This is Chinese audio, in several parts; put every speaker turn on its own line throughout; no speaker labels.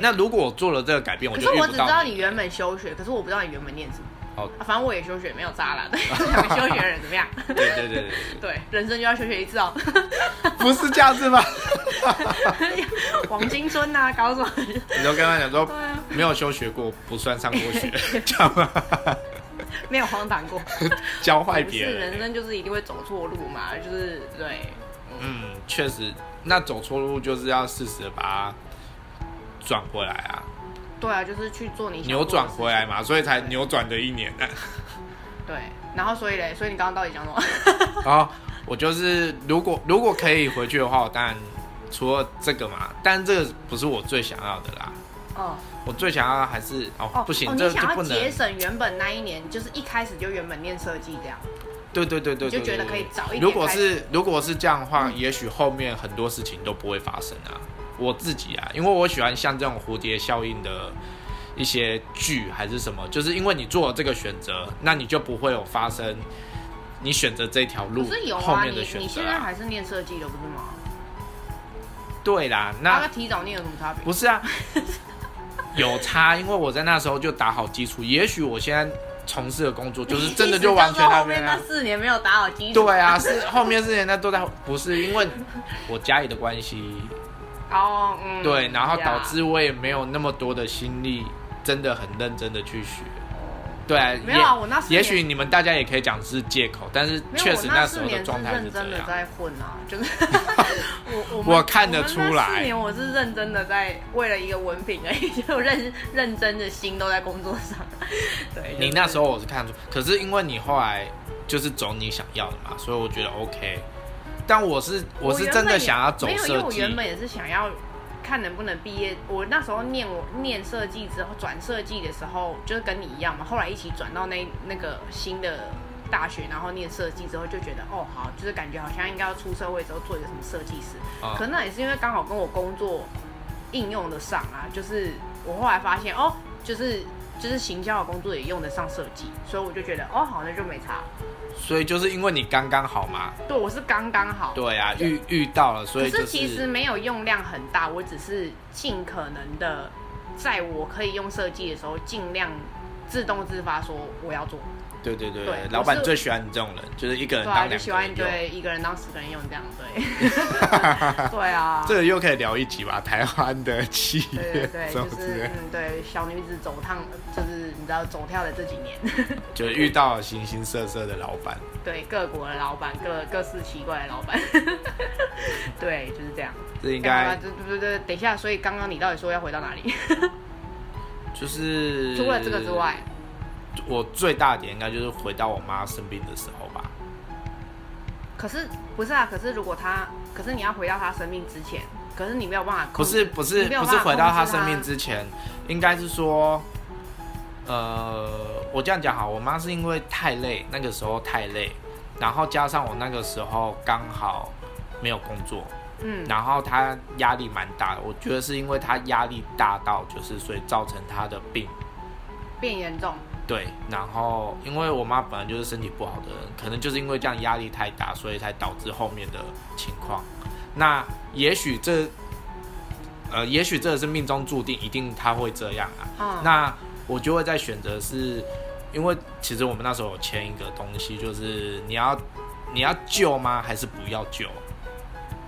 那如果我做了这个改变，我
欸可
就是遇
我
不
只知
到
道你原本休学，可是我不知道你原本念什么。
哦
啊，反正我也休学，没有渣啦。对， 还没休学的人怎么样？
对对对对对，
对，人生就要休学一次哦。
不是这样子吗？
王金春啊呐、搞什么？
你就跟他讲说
对啊，
没有休学过，不算上过 学，这样吗？
没有荒唐过。
教坏
不
别
是，人
人。
生就是一定会走错路嘛，就是对。
嗯，确实，那走错路就是要适时的把它转回来啊，
对啊，就是去做你想做
扭
的
转
事
回来嘛，所以才
对
扭转的一年啊呢、
对，然后所以嘞，所以你刚刚到底讲什么？
然后哦我就是，如果如果可以回去的话，我当然除了这个嘛，但这个不是我最想要的啦。
哦
我最想要的还是哦
哦，
不行，
哦
这
你
个就
想
不
要
能。
节省原本那一年，就是一开始就原本念设计这样。
对对对对，
你就
对
觉得
对
可以
对
早一点
如果
开嗯
是如果是这样的话，也许后面很多事情都不会发生啊。我自己啊，因为我喜欢像这种蝴蝶效应的一些剧还是什么，就是因为你做了这个选择，那你就不会有发生你选择这条
可
路
是有
后
啊，
面的
你
选
你
择
现在
啊。
还是念设计的不是吗？啊
对啦，
那
那
提早念有什么差别？
不是啊， 有差，因为我在那时候就打好基础，也许我现在从事的工作就是真的就完全
你
那
意思就是说后面
边啊
那。四年没有打好基础。
对啊，是后面是人家都在，不是因为我家里的关系，
哦，嗯，
对，然后
呀
导致我也没有那么多的心力，真的很认真的去学。对啊，
没有啊我那四
也也
年
许你们大家也可以讲是借口，但是
没有
确实
我那
时
四
候
年
状态是
认
这
真的
样。
在混啊，就是 我我们
我看得出来
我们那四年我是认真的在为了一个文凭而已，就认认真的心都在工作上。 对，
你那时
候
候我是看出，可是因为你后来就是走你想要的嘛，所以我觉得 OK。但我是我是真的想要走
没有，因为
设
我
计
原，本也是想要看能不能毕业。我那时候念我念设计之后转设计的时候，就是跟你一样嘛，后来一起转到那那个新的。大学，然后念设计之后就觉得，哦，好，就是感觉好像应该要出社会之后做一个什么设计师，
嗯
可那也是因为刚好跟我工作应用得上啊，就是我后来发现哦，就是就是行销的工作也用得上设计，所以我就觉得哦，好，那就没差。
所以就是因为你刚刚好嘛，
对，我是刚刚好。
对啊，遇遇到了，所
可
以就是
其实没有用量很大，我只是尽可能的，在我可以用设计的时候，尽量自动自发说我要做。
对对对，
对
对
我
老板
是
最喜欢你这种人，就是一个人
对
嗯
啊，
当两
就
个
喜欢
人
就
用
会一个人当十个人用这样， 对。对啊。
这个又可以聊一集吧，台湾的企
对
业
对 对，
什么
就
之
是
类，
嗯，对，小女子走趟，就是你知道走跳的这几年，
就遇到了形形色色的老板。
对各国的老板，各各式奇怪的老板， 对，就是这样。
这应
哎
该
对对对对，等一下，所以刚刚你到底说要回到哪里？
就是
除了这个之外，，
我最大的点应该就是回到我妈生病的时候吧。
可是不是啊？可是如果他，可是你要回到他生病之前，可是你没有办法控
不
制，
是不是
你没有
不
办
是
法
回到
控
他
制
生病之前，应该是说，呃，我这样讲好，我妈是因为太累，那个时候太累，然后加上我那个时候刚好没有工作，
嗯，
然后她压力蛮大的，我觉得是因为她压力大到就是所以造成她的病。
变严重，
对，然后因为我妈本来就是身体不好的人，可能就是因为这样压力太大，所以才导致后面的情况。那也许这，呃，也许这是命中注定，一定她会这样啊。
嗯，
那我就会在选择是，因为其实我们那时候有签一个东西，就是你要你要救吗？还是不要救？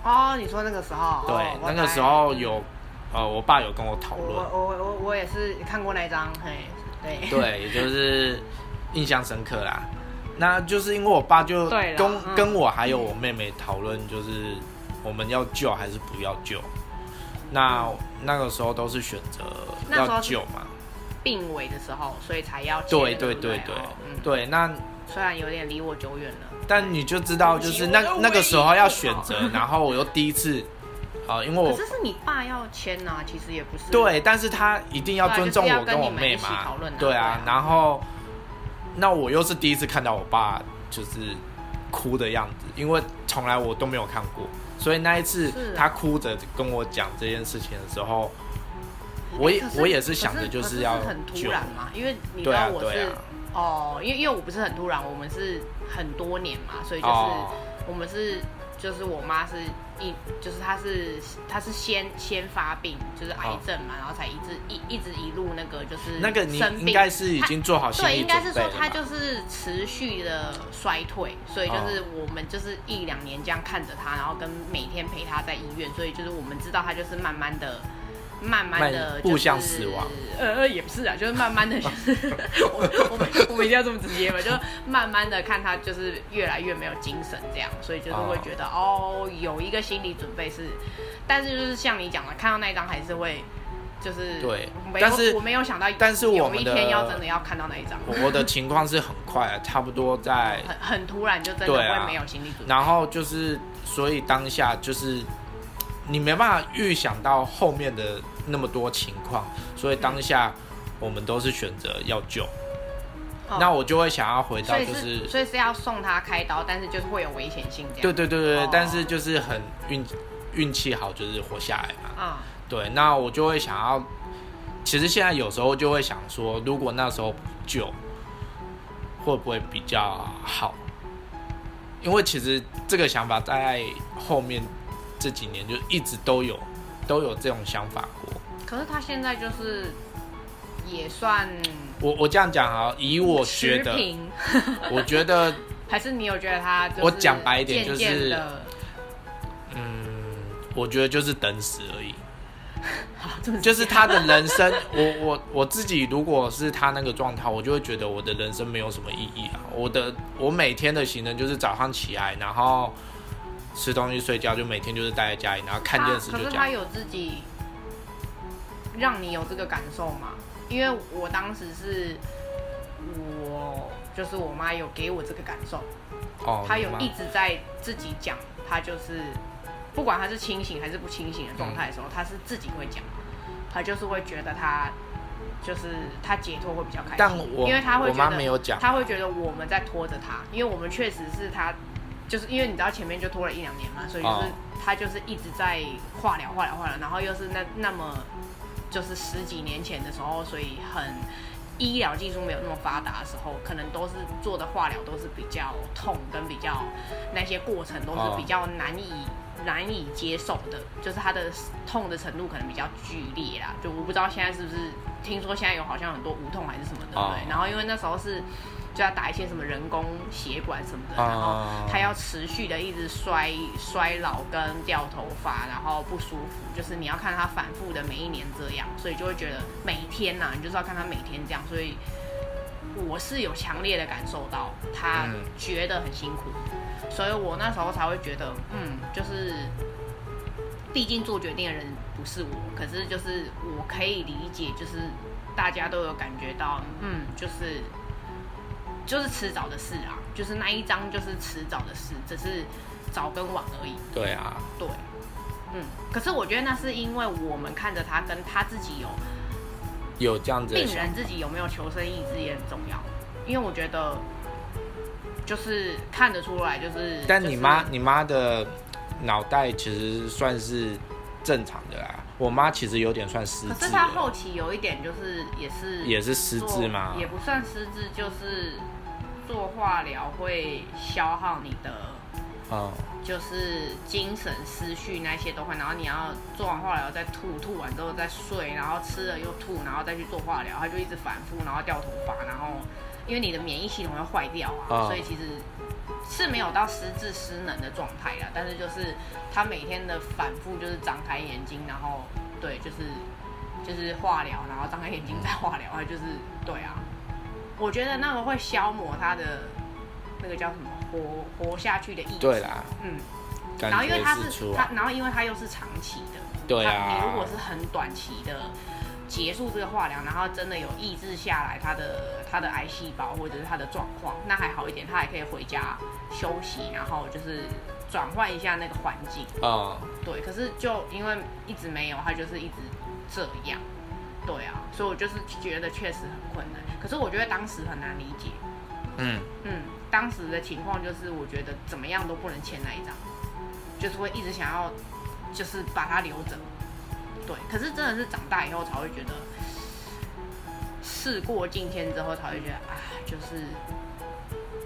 哦，你说那个时候，
对，
哦我
那个
才
时候有，呃，我爸有跟我讨
我
论，
我我我我也是看过那一张，嘿，对，
对，也就是印象深刻啦。那就是因为我爸就
对啦
跟、
嗯
跟我还有我妹妹讨论，就是我们要救还是不要救。那那个时候都是选择
那时候
要
是
救嘛，
病危的时候，所以才要签
对对
不
对对
对哦嗯，
对。那
虽然有点离我久远了。
但你就知道，就是那
我要
那个时候要
唯一
选 择，然后我又第一次，呃，因为
可
我
是是你爸要签呐、其实也不是。
对，但是他一定要
对啊
尊
就是
重
要
我
跟
我
你们
妹
一起
嘛
讨论啊，
对
对
啊
啊。
然后，那我又是第一次看到我爸就是哭的样子，因为从来我都没有看过，所以那一次
是啊
他哭着跟我讲这件事情的时候，
哎，
我也
可
我也是
可
想着
是
就
可是
要
很突
救，
然嘛，因为你知
对啊
道我
对
是、
啊，
哦，因为因为我不是很突然，我们是很多年嘛，所以就是、
哦
我们是就是我妈是一，就是她是她是先先发病，就是癌症嘛，然后才一直一一直一路那个就是
那个你
生病
应该是已经做好心
对，
理
应该
准
是
备
说
了
它
吧。
就是持续的衰退，所以就是
哦
我们就是一两年这样看着它，然后跟每天陪它在医院，所以就是我们知道它就是慢慢的。慢慢的、
慢
就是、
步向死亡，
呃，也不是啊，就是慢慢 的，就是我我们我们一定要这么直接嘛，就是慢慢的看它就是越来越没有精神这样，所以就是会觉得哦有一个心理准备是，但是就是像你讲的，看到那一张还是会就是
对
没有
但是
我没有想到，
但是我
有
们
一
的
天要真的要看到那一张，
我的情况是很快啊，差不多在
很很突然就真的
对啊
会没有心理准备。
然后就是，所以当下就是你没办法预想到后面的那么多情况，所以当下我们都是选择要救。
哦
那我就会想要回到
所以
就是
所以是要送他开刀，但是就是会有危险性这样。
对对对对，
哦
但是就是很运运气好，就是活下来嘛。
啊，
对，那我就会想要，其实现在有时候就会想说，如果那时候不救，会不会比较好？因为其实这个想法在后面这几年就一直都有，都有这种想法过。
可是他现在就是也算
我我这样讲啊，以我觉
持
得，
平，
我觉得
还是你有觉得他就是
我讲白一点就是
渐渐的
我觉得就是等死而已。
好这么
就是他的人生， 我我我自己如果是他那个状态，我就会觉得我的人生没有什么意义啊。我的我每天的行程就是早上起来，然后吃东西睡觉，就每天就是待在家里，然后看电视
他
就
啊可
这
是
样
他。有自己让你有这个感受吗？因为我当时是我就是我妈有给我这个感受，
哦，
他有
你妈
一直在自己讲，他就是不管他是清醒还是不清醒的状态的时候，他是自己会讲，他就是会觉得他就是他解脱会比较开心，
但我
因为他会
我
觉
妈
得
没有讲，
他会觉得我们在拖着他，因为我们确实是他，就是因为你知道前面就拖了一两年嘛，所以就是、
哦
他就是一直在化疗、化疗、化疗，然后又是那那么就是十几年前的时候，所以很医疗技术没有那么发达的时候，可能都是做的化疗都是比较痛跟比较那些过程都是
哦
比较难以。难以接受的，就是他的痛的程度可能比较剧烈啦。就我不知道现在是不是，听说现在有好像很多无痛还是什么的，对不对
哦
然后因为那时候是就要打一些什么人工血管什么的，然后
啊
他要持续的一直衰衰老跟掉头发，然后不舒服，就是你要看他反复的每一年这样，所以就会觉得每一天啊呐、你就是要看他每天这样，所以我是有强烈的感受到他
嗯
觉得很辛苦，所以我那时候才会觉得，嗯，就是毕竟做决定的人不是我，可是就是我可以理解，就是大家都有感觉到，嗯，就是就是迟早的事啊，就是那一张就是迟早的事，只是早跟晚而已。
对啊，
对，嗯，可是我觉得那是因为我们看着他跟他自己有
有这样子的
病
想
人自己有没有求生意志也很重要，因为我觉得就是看得出来，就是
但你妈
就是
你妈的脑袋其实算是正常的啦，我妈其实有点算失
可
智
是他后
了，
期有一点就是也是
啊也是失智
做
嘛。
也不算失智，就是做化疗会消耗你的
嗯，
就是精神、思绪那些都会，然后你要做完化疗再吐，吐完之后再睡，然后吃了又吐，然后再去做化疗，它就一直反复，然后掉头发，然后因为你的免疫系统会坏掉啊，
啊
所以其实是没有到失智失能的状态啦，但是就是他每天的反复就是张开眼睛，然后对，就是就是化疗，然后张开眼睛再化疗，它就是对啊，我觉得那个会消磨他的那个叫什么活活下去的意志，
对啦，
嗯。
感
然后因为
觉
它
是
是
出啊来
它，。然后因为它又是长期的，
对啊
它你如果是很短期的结束这个化疗，然后真的有抑制下来它的它的癌细胞或者是它的状况，那还好一点，它还可以回家休息，然后就是转换一下那个环境。
嗯，
对，可是就因为一直没有，他就是一直这样，对啊，所以我就是觉得确实很困难。可是我觉得当时很难理解，
嗯，
嗯，当时的情况就是，我觉得怎么样都不能签那一张，就是会一直想要，就是把它留着。对，可是真的是长大以后才会觉得，事过境迁之后才会觉得，啊，就是啊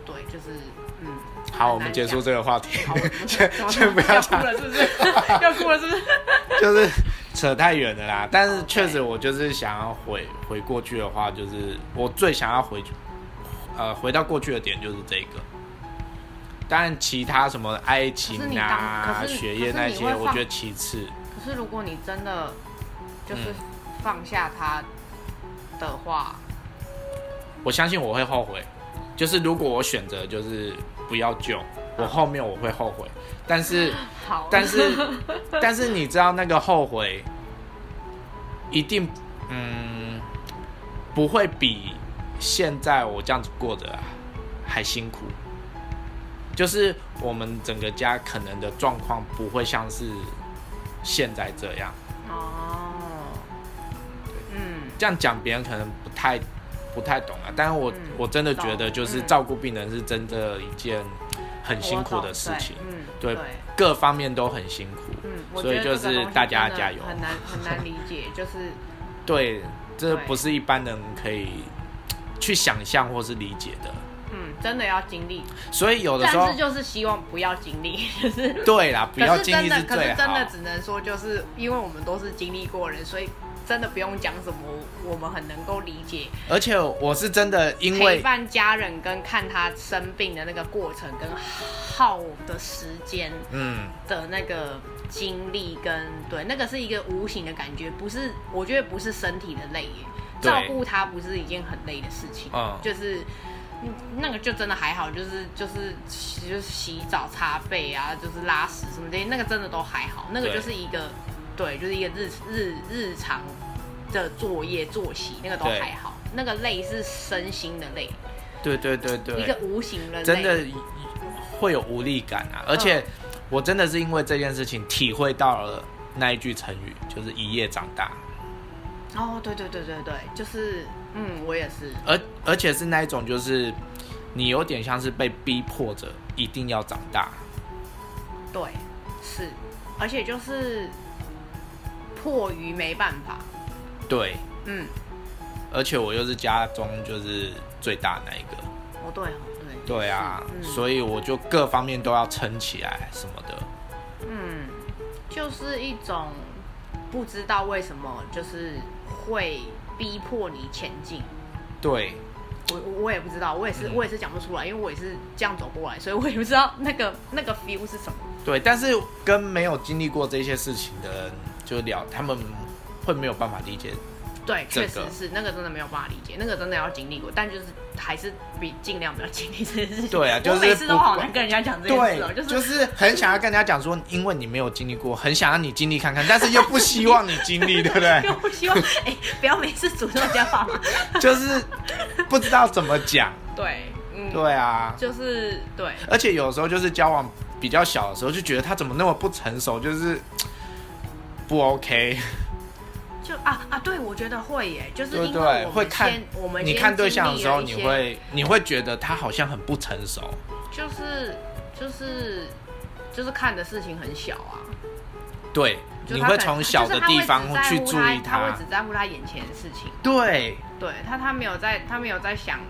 对，就是嗯。
好，我们结束
这。
这个话题，
好，我我
先
怎么
先不要
哭
讲，
了，是不是？要哭了，是不 是？
就是扯太远了啦。但是确实，我就是想要回回过去的话，就是我最想要回去，呃，回到过去的点就是这个。但其他什么爱情
可是你当
啊、
可是
学业那些
可是你，会
我
放
觉得其次。
可是如 果你真的就是
嗯
放下他的话，
我相信我会后悔，就是如果我选择就是不要救，我后面我会后悔。但是，
好，
但 是，但是你知道那个后悔，一定嗯不会比现在我这样子过的还辛苦。就是我们整个家可能的状况不会像是现在这样。
哦，嗯，
这样讲别人可能不太不太懂啊，但是我、
嗯
我真的觉得就是
懂嗯
照顾病人是真的一件很辛苦的事情
我，懂对
对
嗯，对。
各方面都很辛苦，
嗯，我
所以
觉得
就
这个
是
东西
大家
真的
加油，
很难很难理解，就是
对，这
对
不是一般人可以去想象或是理解的，
嗯，真的要经历，
所以有的时候
但是就是希望不要经历，就是
对啦，不
可
要
是
经
真
历
的，可
最
是真
好
的，只能说，就是因为我们都是经历过的人，所以真的不用讲什么，我们很能够理解
而且我是真的因
陪
为
伴家人跟看他生病的那个过程跟耗的时间
嗯
的那个经历跟对那个是一个无形的感觉，不是我觉得不是身体的累耶，
对
照顾他不是一件很累的事情，
嗯
就是。嗯那个就真的还好，就是就是洗就是洗澡、擦背啊，就是拉屎什么这些，那个真的都还好。那个
对
就是一个，对，就是一个日日日常的作业作息，那个都
对
还好。那个累是身心的累，
对对对
一
对
个，无形的累。
真的会有无力感啊！而
嗯
且我真的是因为这件事情体会到了那一句成语，就是一夜长大，
哦，对对对对对，就是嗯，我也是，
而而且是那一种就是你有点像是被逼迫着一定要长大，
对，是，而且就是迫于没办法，
对，
嗯，
而且我又是家中就是最大那一个，
哦对哦对，
对啊，
是嗯
所以我就各方面都要撑起来什么的，
嗯，就是一种不知道为什么就是会逼迫你前进。
对，
我我我也不知道，我也是、
嗯
我也是讲不出来，因为我也是这样走过来，所以我也不知道那个那个 feel 是什么。
对，但是跟没有经历过这些事情的人就聊，他们会没有办法理解
对，
这
确
个
实是那个真的没有办法理解，那个真的要经历过，但就是还是比尽量不要经历这件事情。
对啊就是
我每次都
不
好
管
难跟人家讲这件事哦、
对，
就是
是很想要跟人家讲说，因为你没有经历过，很想让你经历看看，但是又不希望你经历，对 不对？
又不希望哎、不要每次诅咒人家爸妈。
就是不知道怎么讲，
对，嗯，，
对啊。
就是对，
而且有时候就是交往比较小的时候，就觉得他怎么那么不成熟，就是不 OK。
就啊啊，对，我觉得会耶，就是因
对
为
对
我们
会看
先我们
你
先
看对象的
经历
时候，
了一
你
些
会你会觉得他好像很不成熟，
就是就是就是看的事情很小啊，
对，
就
你
他可能
从小的地方
就是他会
去
只在乎
注意
他，会只在乎他眼前的事情，
对，
对他他没有在他没有在想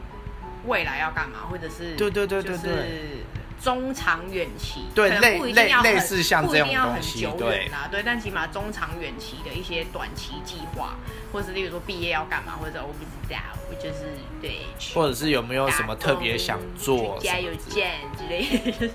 未来要干嘛，或者是
对对对对
就是
对
中长远期，
对
可能
类
不一定要
类
很
类似像
不
这
一
种
定要
东
很
西
久
对
远啊，对，但起码中长远期的一些短期计划，或是例如说毕业要干嘛，或者我不知道，我就是对，去
或者是有没有
打
什么特别
工
想做
去加
什么
油
之类的
站之类的，就是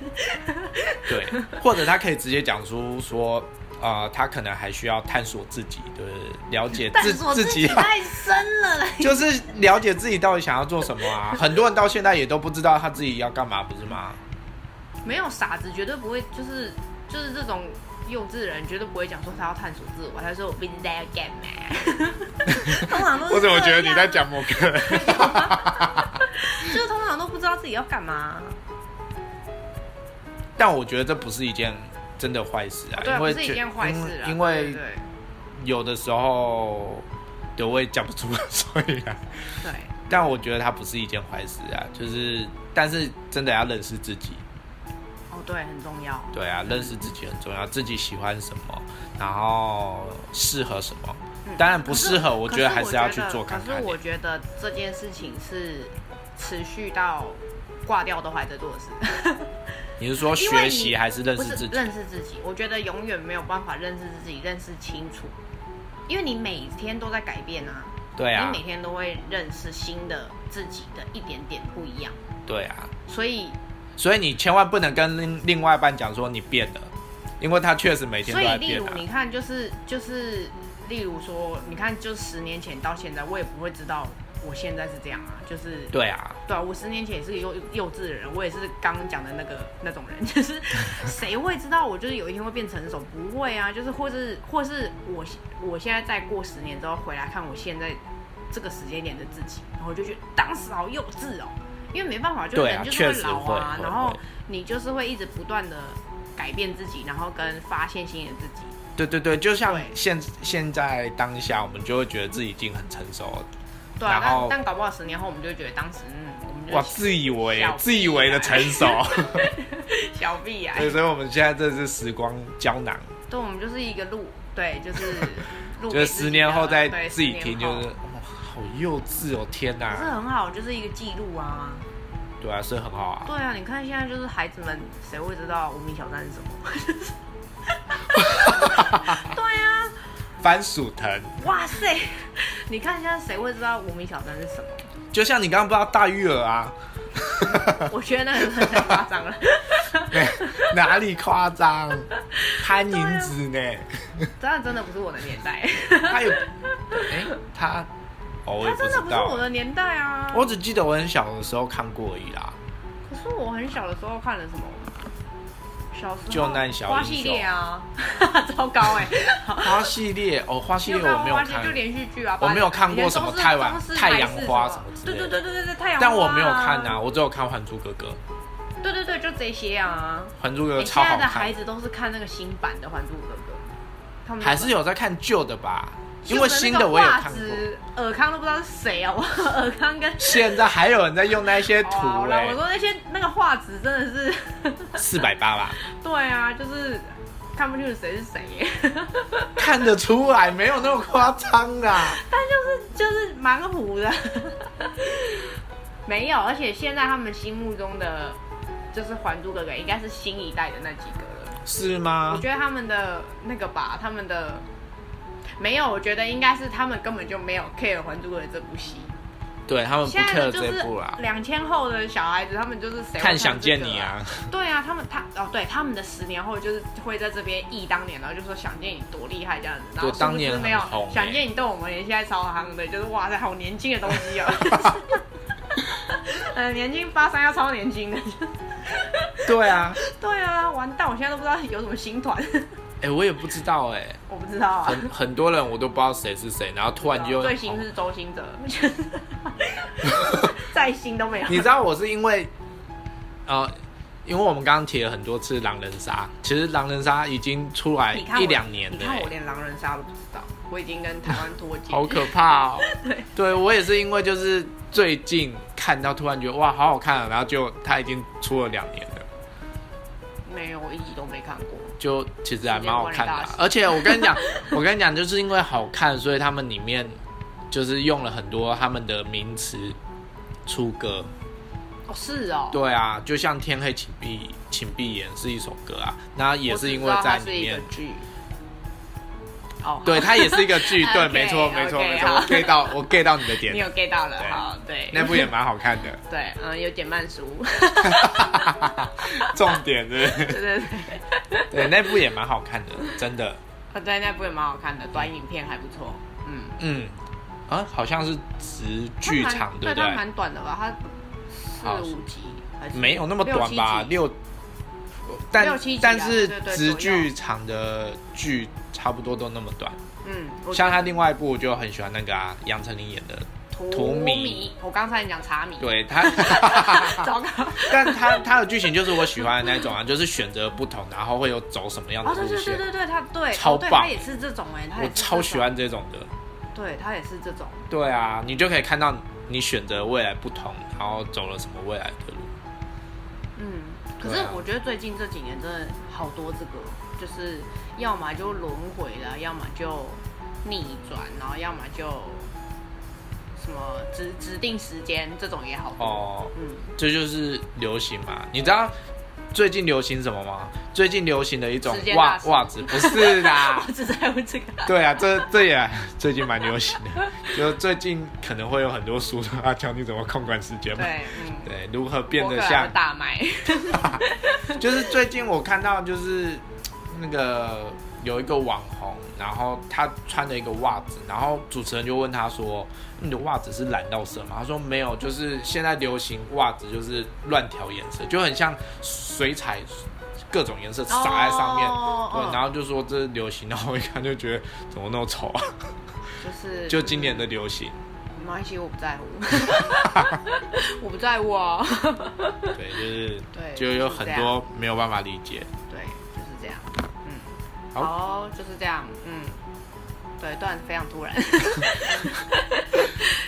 对， 或者他可以直接讲出说，啊，他可能还需要探索自己，对，了解
但
自
是我
自己、啊，
太深了啦。
就是了解自己到底想要做什么啊。很多人到现在也都不知道他自己要干嘛，不是吗？
没有傻子绝对不会，就是就是这种幼稚人绝对不会讲说他要探索自我，他说我不知道要干嘛。 通常都是啊这样，
讲某个人？
就是通常都不知道自己要干嘛。
但我觉得这不是一件真的坏事啊，
对啊，
因
不
为
是一
觉
件坏事啦。对
因为因为
对
有的时候，对，我也讲不出来，所以啊，
对
但我觉得它不是一件坏事啊，就是但是真的要认识自己。
哦对，很重要。
对啊，认识自己很重要，自己喜欢什么，然后适合什么。当然不适合，我
嗯可
觉得还是要去做看
可
看
是
欸。
我觉得这件事情是持续到挂掉都还在做的事。
你是说
因为
学
你
习还是认识自
不
己
是？认识自己，我觉得永远没有办法认识自己，认识清楚，因为你每天都在改变啊，
对啊
你，每天都会认识新的自己的一点点不一样，
对啊，
所以
所以你千万不能跟另另外一半讲说你变了，因为他确实每天
所
都
以
在
例
变
如
啊。
你看就是就是例如说你看就十年前到现在，我也不会知道我现在是这样啊，就是
对啊，
对啊，我十年前也是个幼幼稚的人，我也是刚刚讲的那个那种人， 就是谁会知道我就是有一天会变成熟？不会啊，就是或是或是我我现在再过十年之后回来看我现在这个时间点的自己，然后就觉得当时好幼稚哦，因为没办法，就
对
人
啊
就
确
是
实
老啊，
会
然
会
后
会
你就是会一直不断的改变自己，然后跟发现新的自己。
对对对，就像
对
现现在当下，我们就会觉得自己已经很成熟了，
对啊，
然后
但但搞不好十年后我们就会觉得当时嗯，我们就
哇，
是
自以为
小屁
自以为的成熟，
小屁啊，
对，所以我们现在这是时光胶囊，
对，我们就是一个路，对，就是路
就
给
是
自己的，
十年后再
对
自己听，就。
10
是
年
哇
后，
好幼稚哦，天哪、
可是很好，就是一个记录啊。
对啊，是很好啊。
对啊，你看现在就是孩子们，谁会知道无名小站是什么？ 对啊，
番薯藤，
哇塞！你看现在谁会知道无名小站是什 么？
就像你刚刚不知道大玉儿啊，
我觉得那个真的太夸张了。
哪里夸 张？潘迎紫呢？
啊真的真的不是我的年代，
他有，哎、他，哦，我也
它真的
知
不是
道
我的年代啊。
我只记得我很小的时候看过而已啦。
可是我很小的时候看了什么？小时候
救难小英雄
花系列啊， 糟糕哎、
花系列哦，花系
你有
列
看过
我没有
花系
看
就，连续剧啊，
我没有看过
以前
什么
中式
太晚
中式
太
台
阳
式
花
什
什么之
对
类的
对对对对对，太阳花、
但我没有看啊，。我只有看《还珠格格》，《
对对对，就这些啊。
还珠格格
诶》
超
哎现在
好
的孩
看，
子都是看那个新版的《还珠格格》，他们
还是有在看旧的吧？因为新的我也看过。
尔康都不知道是谁啊，我尔康跟。
现在还有人在用那些图
好了，
哎
我，说那些那个画质真的是，
四百八吧，
对啊，就是看不清楚谁是谁耶。
看得出来，没有那么夸张啊啦。
但就是就是蛮糊的， 没有，而且现在他们心目中的就是《还珠格格》应该是新一代的那几个了。
是
我
吗？
觉得他们的那个吧，他们的没有，我觉得应该是他们根本就没有 care《还珠格格》这部戏。
对他们不
现在的
care
就
这
是
一部啦，
两千后的小孩子，他们就是谁会
看
这
《想见
个
你》啊。
对啊，他们他哦，对，他们的十年后就是会在这边忆当年，然后就说想见你多厉害这样子，然后
对当年
是不是没有
很红欸
想见你对我们现在超夯的，就是哇塞，好年轻的东西哦。 呃，年轻八三幺超年轻的，
对啊，
对啊，完蛋，我现在都不知道有什么新团，
哎，我也不知道哎，
我不知道啊。
很很多人我都不知道谁是谁，然后突然就
最新是周星 哲，再新都没有。
你知道我是因为，呃，因为我们刚刚提了很多次狼人杀，其实狼人杀已经出来
你看
一
我
两年了、欸
你看我连狼人杀都不知道，我已经跟台湾脱节。
好可怕 哦！对，我也是因为就是最近看到，突然觉得哇，好好看、啊，然后就它已经出了两年了，
没有，我一集都没看过。
就其实还蛮好看的
时间管
啊、
理大师
而且我跟 你讲，我跟你讲，就是因为好看，所以他们里面就是用了很多他们的名词出歌。
哦，是哦。
对啊，就像《天黑请闭请闭眼》是一首歌啊，那也
我只
是
知
因为
道它
在
是
里
一
面
个剧。哦，
对，它也是一个剧，对，
OK，
没错，没错，
OK，
没错，
好
我 get 到，我 get 到你的
你
点
有
了，
get 到了，
对
好，对，
那部也蛮好看 的，
对，嗯，有点慢 熟，
重点是，
对对对，
对，那部也蛮好看的，真的，
啊对，那部也蛮好看的，短影片还不错，嗯，
嗯，啊，好像是直剧
它蛮
场，
对
不
它
对？
蛮短的吧？它
好
四五集还是
没有那么短吧，
六
六，但
六七集啊
但是
对对
直
左右
剧场的剧差不多都那么短，
七集嗯，我
像他另外一部我就很喜欢那个啊，杨丞琳演的，荼
荼
蘼
蘼，我刚才讲茶米，
对他。
糟糕，
但它它的剧情就是我喜欢的那 种啊，就是选择不同，然后会有走什么样的
哦，对
路线。
对对对对，他对，哦
超
对
棒
他也是这种哎，他
我
也是
超
这
喜
种，
欢这种的。
对他也是这种，
对啊，你就可以看到你选择未来不同，然后走了什么未来的路。
嗯，可
对
是
啊
我觉得最近这几年真的好多这个，就是要么就轮回了，要么就逆转，然后要么就什么指指定时间这种也好多。
哦，
嗯，
这就是流行嘛。你知道最近流行什么吗？最近流行的一种
时间
袜
大师
袜子，不是啦
我。只在乎这 个。
对啊，这这也最近蛮流行的，就最近可能会有很多书啊，教你怎么控管时间嘛。
对，嗯，
对，如何变
博
得
客还
像
会大 卖。
就是最近我看到就是那个有一个网红，然后他穿了一个袜子，然后主持人就问他说：“嗯你的袜子是染到色吗？”他说：“没有，就是现在流行袜子就是乱调颜色，就很像水彩各种颜色撒在上面。
哦
对，
嗯
然后就说这是流行，然后我一看就觉得怎么那么丑啊！
就是
就今年的流行，
没关系，我不 在乎， 我不在乎哦。
对，就是
对
就有很
就是这
多没有办法理解。
对，就是这样。嗯，
好
好，就是这样。嗯，对，断得非常突然。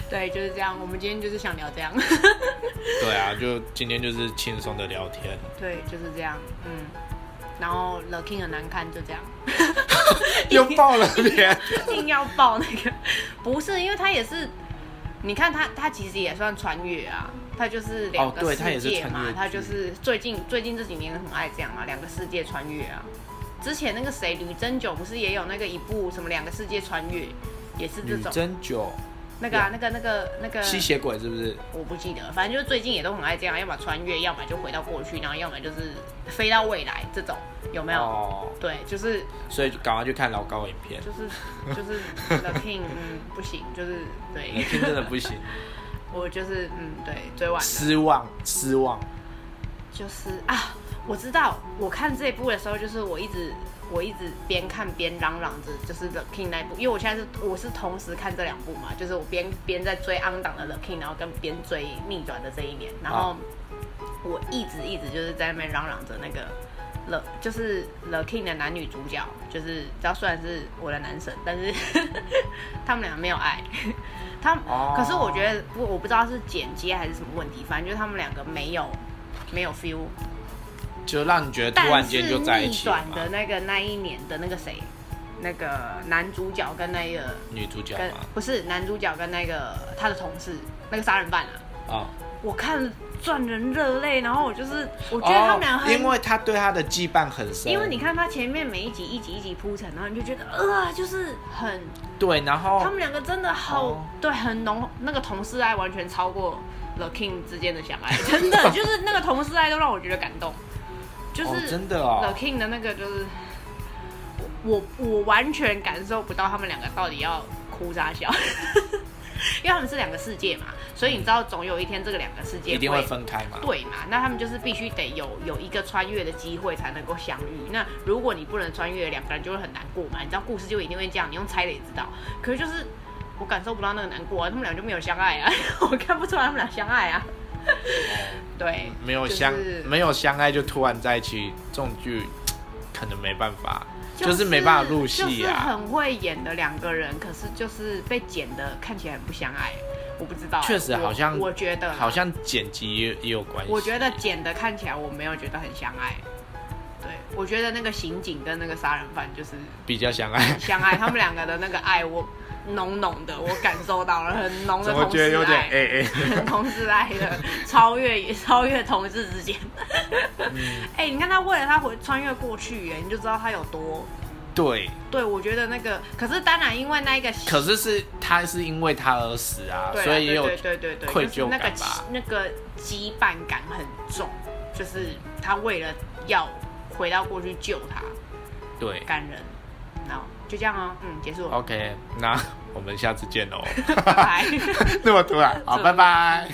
对，就是这样。我们今天就是想聊这样。
对啊，就今天就是轻松的聊 天。
对，就是这样。嗯，然后 The King 很难看，就这样。
又爆了脸。
硬要报那个，不是因为他也是，你看他他其实也算穿越啊，他就是两
哦
个
对他也
世
是
界
穿
嘛，
越
他
剧
就是最近最近这几年很爱这样嘛，两个世界穿越啊。之前那个谁吕珍九不是也有那个一部什么两个世界穿越，也是这
女
种
针灸，
那个啊那个那个那个
吸血鬼是不是？
我不记得，反正就是最近也都很爱这样，要么穿越，要么就回到过去，然后要么就是飞到未来这种，有没有？
哦，
对，就是
所以就赶快去看老高影 片，
就是就是 The King，嗯，不行，就是
影
对，
片真的 不行，
我就是嗯，对，追完了，
失望失望。
就是啊，我知道，我看这一部的时候，就是我一直我一直边看边嚷嚷着，就是 The King 那一部，因为我现在是我是同时看这两部嘛，就是我边边在追昂档的 The King，然后跟边追逆转的这一年，然后
啊
我一直一直就是在那边嚷嚷着那个。The 就是 The King 的男女主角，就是知道虽然是我的男神，但是 他们俩没有爱，他们
哦
可是我觉得我我不知道是剪接还是什么问题，反正就是他们两个没有没有 feel，
就让你觉得
但
突
是
然间就在一起了
逆转
嘛
的？那个那一年的那个谁，那个男主角跟那个
女主角
跟
嘛，
不是男主角跟那个他的同事那个杀人犯啊，
哦，
我看赚人热泪，然后我就是我
我
觉得他们俩很。
哦因为他对他的羁绊很深，
因为你看他前面每一集一集一集铺陈，然后你就觉得啊、就是很
对，然后
他们两个真的好，
哦
对，很浓，那个同事爱完全超过 The King 之间的相爱，真 的就是那个同事爱都让我觉得感动，就是、
哦真的
The
哦，
King 的那个就是我我我完全感受不到他们两个到底要哭啥笑， 因为他们是两个世界嘛，所以你知道总有一天这个两个世界
一定会分开嘛。哦
对嘛？那他们就是必须得有有一个穿越的机会才能够相遇。那如果你不能穿越，两个人就会很难过嘛。你知道故事就一定会这样，你用猜的也知道。可是就是我感受不到那个难过啊，他们俩就没有相爱啊， 我看不出来他们俩相爱啊。对，
没有
就是
相没有相爱就突然在一起，这种剧可能没办法，
就
就是没办法入戏
就是
啊。
很会演的两个人，可是就是被剪的看起来很不相爱。我不知道，
确实
我
好像
我觉得啦
好像剪辑也也有关系。
我觉得剪的看起来我没有觉得很相爱。对，我觉得那个刑警跟那个杀人犯就是
比较相爱。
相爱，他们两个的那个爱我浓浓的，我感受到了很浓的
怎么
同
觉得有
事
点
爱，
哎哎？
很同事爱的超越超越同事之间。
嗯
哎、你看他为了他回穿越过去耶，你就知道他有多。
对，
对，我觉得那个，可是当然因为那一个
可是是他是因为他而死啊，
对啊，
所以也有
对对对对对
愧
就是
疚
那个
感吧
羁那个羁绊感很重，就是他为了要回到过去救他，
对
感人。然后就这样哦，嗯，结束了，
OK，那我们下次见喽。哦
拜拜。
那么突然，好，拜拜。